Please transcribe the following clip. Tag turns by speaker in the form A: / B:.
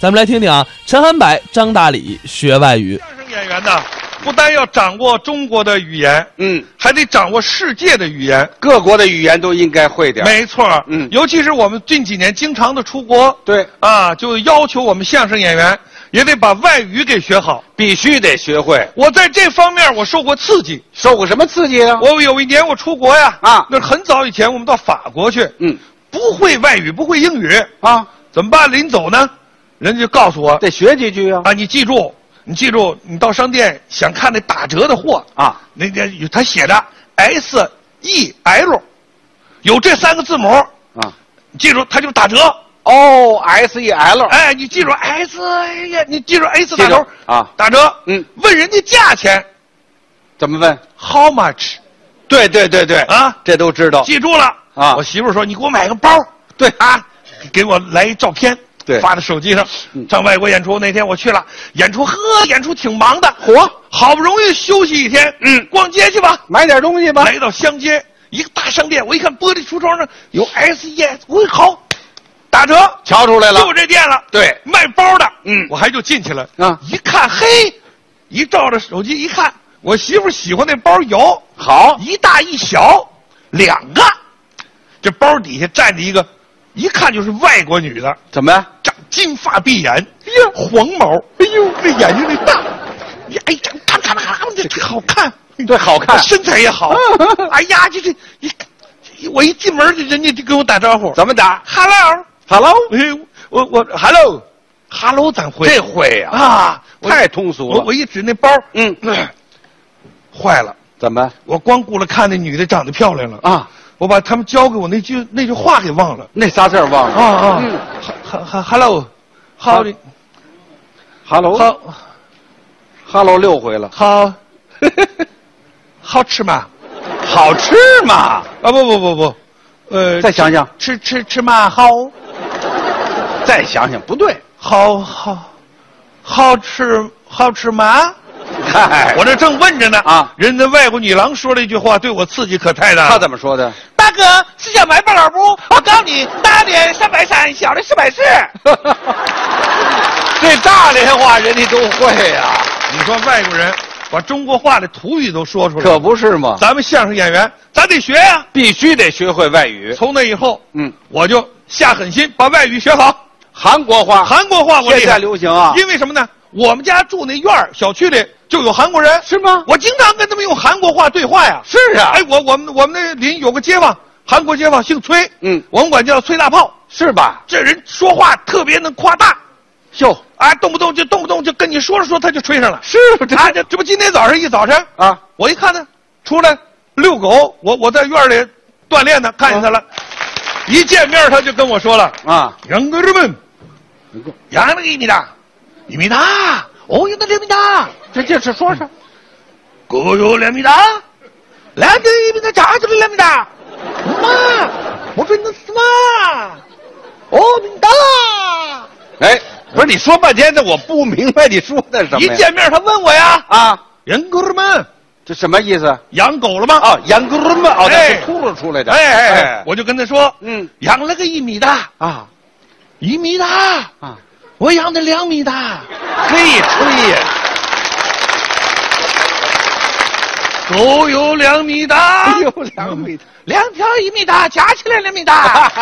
A: 咱们来听听啊，陈涵柏、张大李学外语。
B: 相声演员呢，不单要掌握中国的语言，
C: 嗯，
B: 还得掌握世界的语言。
C: 各国的语言都应该会点儿。
B: 没错，
C: 嗯
B: 尤其是我们近几年经常的出国，
C: 对，
B: 啊，就要求我们相声演员也得把外语给学好。
C: 必须得学会。
B: 我在这方面我受过刺激。
C: 受过什么刺激啊？
B: 我有一年我出国呀，
C: 啊
B: 那是很早以前我们到法国去，
C: 嗯
B: 不会外语，不会英语，
C: 啊，
B: 怎么办？临走呢，人家就告诉我，
C: 得学几句啊。
B: 啊，你记住，你记住，你到商店想看那打折的货
C: 啊，
B: 那那有他写的 S E L，有这三个字母，
C: 啊
B: 你记住它就打折。
C: ，O S E L，
B: 哎，你记住 S，哎呀，你记住 S
C: 记
B: 打
C: 住
B: 头
C: 啊
B: 打折。
C: 嗯，
B: 问人家价钱
C: 怎么问？
B: ，How much？
C: 对对对对
B: 啊
C: 这都知道。
B: 记住了
C: 啊
B: 我媳妇儿说，你给我买个包
C: 对
B: 啊，给我来一照片。
C: 对
B: 发到手机上。
C: 嗯
B: 上外国演出那天我去了，演出呵，演出挺忙的，
C: 嚯
B: 好不容易休息一天，
C: 嗯
B: 逛街去吧。
C: 买点东西吧。
B: 来到乡间一个大商店，我一看玻璃橱窗上有 S E S，我一好，打折，
C: 瞧出来了
B: 就这店了。
C: 对
B: 卖包的，
C: 嗯
B: 我还就进去了。
C: 啊
B: 一看，嘿，一照着手机一看，我媳妇喜欢那包有，
C: 好，
B: 一大一小两个，这包底下站着一个，一看就是外国女的，
C: 怎么？
B: 长金发碧眼，哎呀，黄毛，哎呦，这眼睛得大，呀，哎，长咔咔咔咔，这好看，
C: 对，好看。
B: 身材也 好。哎呀，这这一我一进门，人家就跟我打招呼
C: 怎么打
B: ，hello，
C: ？Hello，
B: 哎，我我 hello，hello，咱会
C: 这会呀，
B: 啊，我
C: 太通俗
B: 我我
C: 了。
B: 一指那包，
C: 嗯
B: 哎，坏了，
C: 怎么
B: 我光顾了看那女的长得漂亮了，
C: 啊？
B: 我把他们教给我那句那句话给忘了
C: 那仨字儿忘
B: 啊
C: 了。
B: 啊
C: 嗯
B: ，hello，how
C: Hello，Hello
B: how
C: 六回了。
B: how how 吃嘛？
C: 好吃嘛？
B: 啊不不不不，呃，
C: 再想想，
B: 吃吃吃嘛好。
C: 再想想，不对。
B: 好好，好吃好吃吗？
C: 嗨，
B: 哎我这正问着呢
C: 啊
B: 人家外国女郎说了一句话，对我刺激可太大了。
C: 他怎么说的？
B: 大哥是想买板老不？我告诉你，大的三百三，小的四百四。
C: 这大连话人家都会啊呀、
B: 你说外国人把中国话的土语都说出来
C: 可
B: 了，
C: 不是吗？
B: 咱们相声演员咱得学呀、
C: 必须得学会外语。
B: 从那以后，
C: 嗯，
B: 我就下狠心把外语学好。
C: 韩国话，
B: 韩国话我
C: 啊现
B: 厉害
C: 在流行啊，
B: 因为什么呢？我们家住那院儿小区里就有韩国人，
C: 是吗？
B: 我经常跟他们用韩国话对话呀。
C: 是啊，
B: 哎，我我们我们那邻有个街坊，韩国街坊姓崔，
C: 嗯
B: 我们管叫崔大炮。
C: 是吧？
B: 这人说话特别能夸大，
C: 哟，
B: 啊，动不动就动不动就跟你说着说他就吹上了。
C: 是这
B: 啊，这这不今天早上一早晨，
C: 啊，
B: 我一看呢，出来遛狗，我我在院里锻炼呢，看见他了，
C: 嗯
B: 一见面他就跟我说了，
C: 啊，
B: 杨哥们，杨那个一米大，一米大，哦，有那两米大，
C: 这这是说说，
B: 狗有两米大，两米一米大，长就是两米大，妈，我说你什么？哦，你大。
C: 哎，不是你说半天的，我不明白你说的什么
B: 一
C: 呀？
B: 见面他问我呀，
C: 啊，
B: 杨哥们，
C: 这什么意思？
B: 养狗了吗？
C: 啊，杨哥们哦，那
B: 哎
C: 是秃噜出来的。
B: 哎哎哎，我就跟他说，
C: 嗯
B: 养了个一米大，
C: 啊
B: 一米大，
C: 啊，
B: 我养的两米大，
C: 嘿吹呀，
B: 狗有两米大，
C: 哎哎呦，两米的，
B: 两条一米大，加起来两米大。